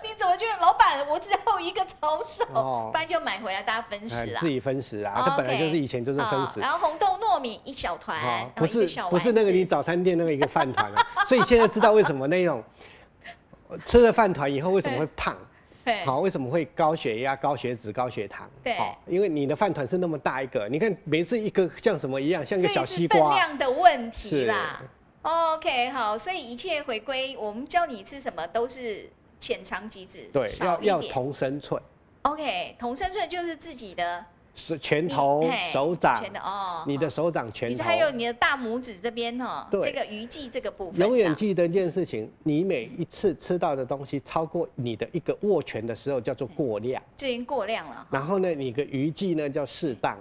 C: 你怎么觉得老板我只要一个抄手，
D: 哦
C: 不然就买回来大家分食
D: 哎
C: 啦
D: 自。己分食啊，
C: 哦
D: 它本来
C: OK
D: 就是以前就是分
C: 啊
D: 食。
C: 然后红豆糯米一小团，
D: 啊
C: 然，后
D: 不
C: 一个
D: 是
C: 小
D: 不是
C: 丸
D: 那个
C: 子
D: 你早餐店那个一个饭团啊，所以现在知道为什么那种吃了饭团以后为什么会胖，
C: 对
D: 好，为什么会高血压、高血脂、高血糖？
C: 对
D: 好因为你的饭团是那么大一个，你看每次一个像什么一样，像个
C: 所
D: 小
C: 以
D: 西
C: 是
D: 瓜
C: 分
D: 啊，
C: 量的问题
D: 是
C: 啦。OK，好，所以一切回归，我们教你吃什么都是浅尝即止，
D: 对，
C: 少
D: 要
C: 一
D: 要
C: 点。
D: 同身寸，
C: OK，同身寸就是自己的
D: 是拳
C: 你
D: 头
C: 嘿、
D: 手掌
C: 拳，头哦，
D: 你的
C: 哦，
D: 手掌、拳
C: 你是
D: 头。
C: 还有你的大拇指这边哦，
D: 对
C: 这个鱼际这个部分，
D: 永
C: 这
D: 远
C: 样
D: 记得一件事情：你每一次吃到的东西超过你的一个握拳的时候，叫做过量。
C: 这已经过量了。
D: 然后呢，你的余悸呢叫适当。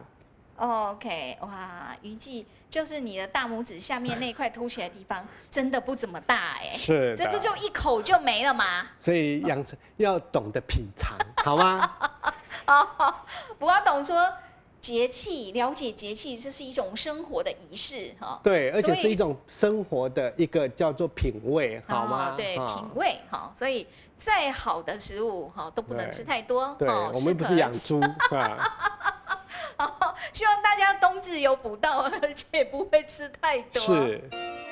C: OK，哇，鱼际就是你的大拇指下面那一块凸起来的地方，真的不怎么大哎、
D: 是
C: 这不就一口就没了吗？
D: 所以养成要懂得品尝，好吗？
C: 哦，不要懂说节气，了解节气，这是一种生活的仪式哈。
D: 对，而且
C: 所以
D: 是一种生活的一个叫做品味，好吗？
C: 哦对，
D: 啊
C: 品味哈，所以再好的食物哈都不能
D: 对
C: 吃太多。
D: 对，
C: 哦
D: 我
C: 适
D: 们不
C: 可
D: 是
C: 而
D: 养
C: 止
D: 猪 啊，
C: 希望大家冬至有补到，而且不会吃太多。
D: 是。